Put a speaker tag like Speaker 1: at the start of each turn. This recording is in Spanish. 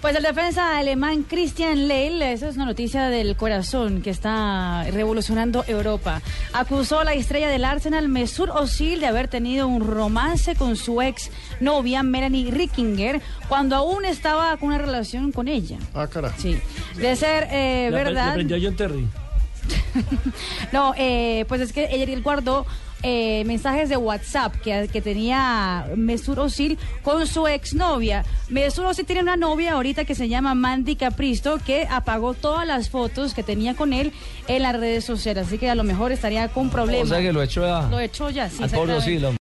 Speaker 1: Pues el defensa alemán Christian Leil, eso es una noticia del corazón que está revolucionando Europa. Acusó a la estrella del Arsenal Mesut Özil de haber tenido un romance con su ex novia Melanie Rickinger cuando aún estaba con una relación con ella.
Speaker 2: Ah, cara.
Speaker 1: Sí, de ser eh,
Speaker 3: Le apre- le
Speaker 1: verdad.
Speaker 3: aprendió a John Terry.
Speaker 1: No, eh, pues es que ella él guardó eh, mensajes de WhatsApp que, que tenía Mesut Özil con su exnovia. Mesut Özil tiene una novia ahorita que se llama Mandy Capristo que apagó todas las fotos que tenía con él en las redes sociales, así que a lo mejor estaría con problemas.
Speaker 4: O sea que lo echó a...
Speaker 1: Lo echó ya, sí.
Speaker 4: al pobre
Speaker 1: exactamente.
Speaker 4: Osilo.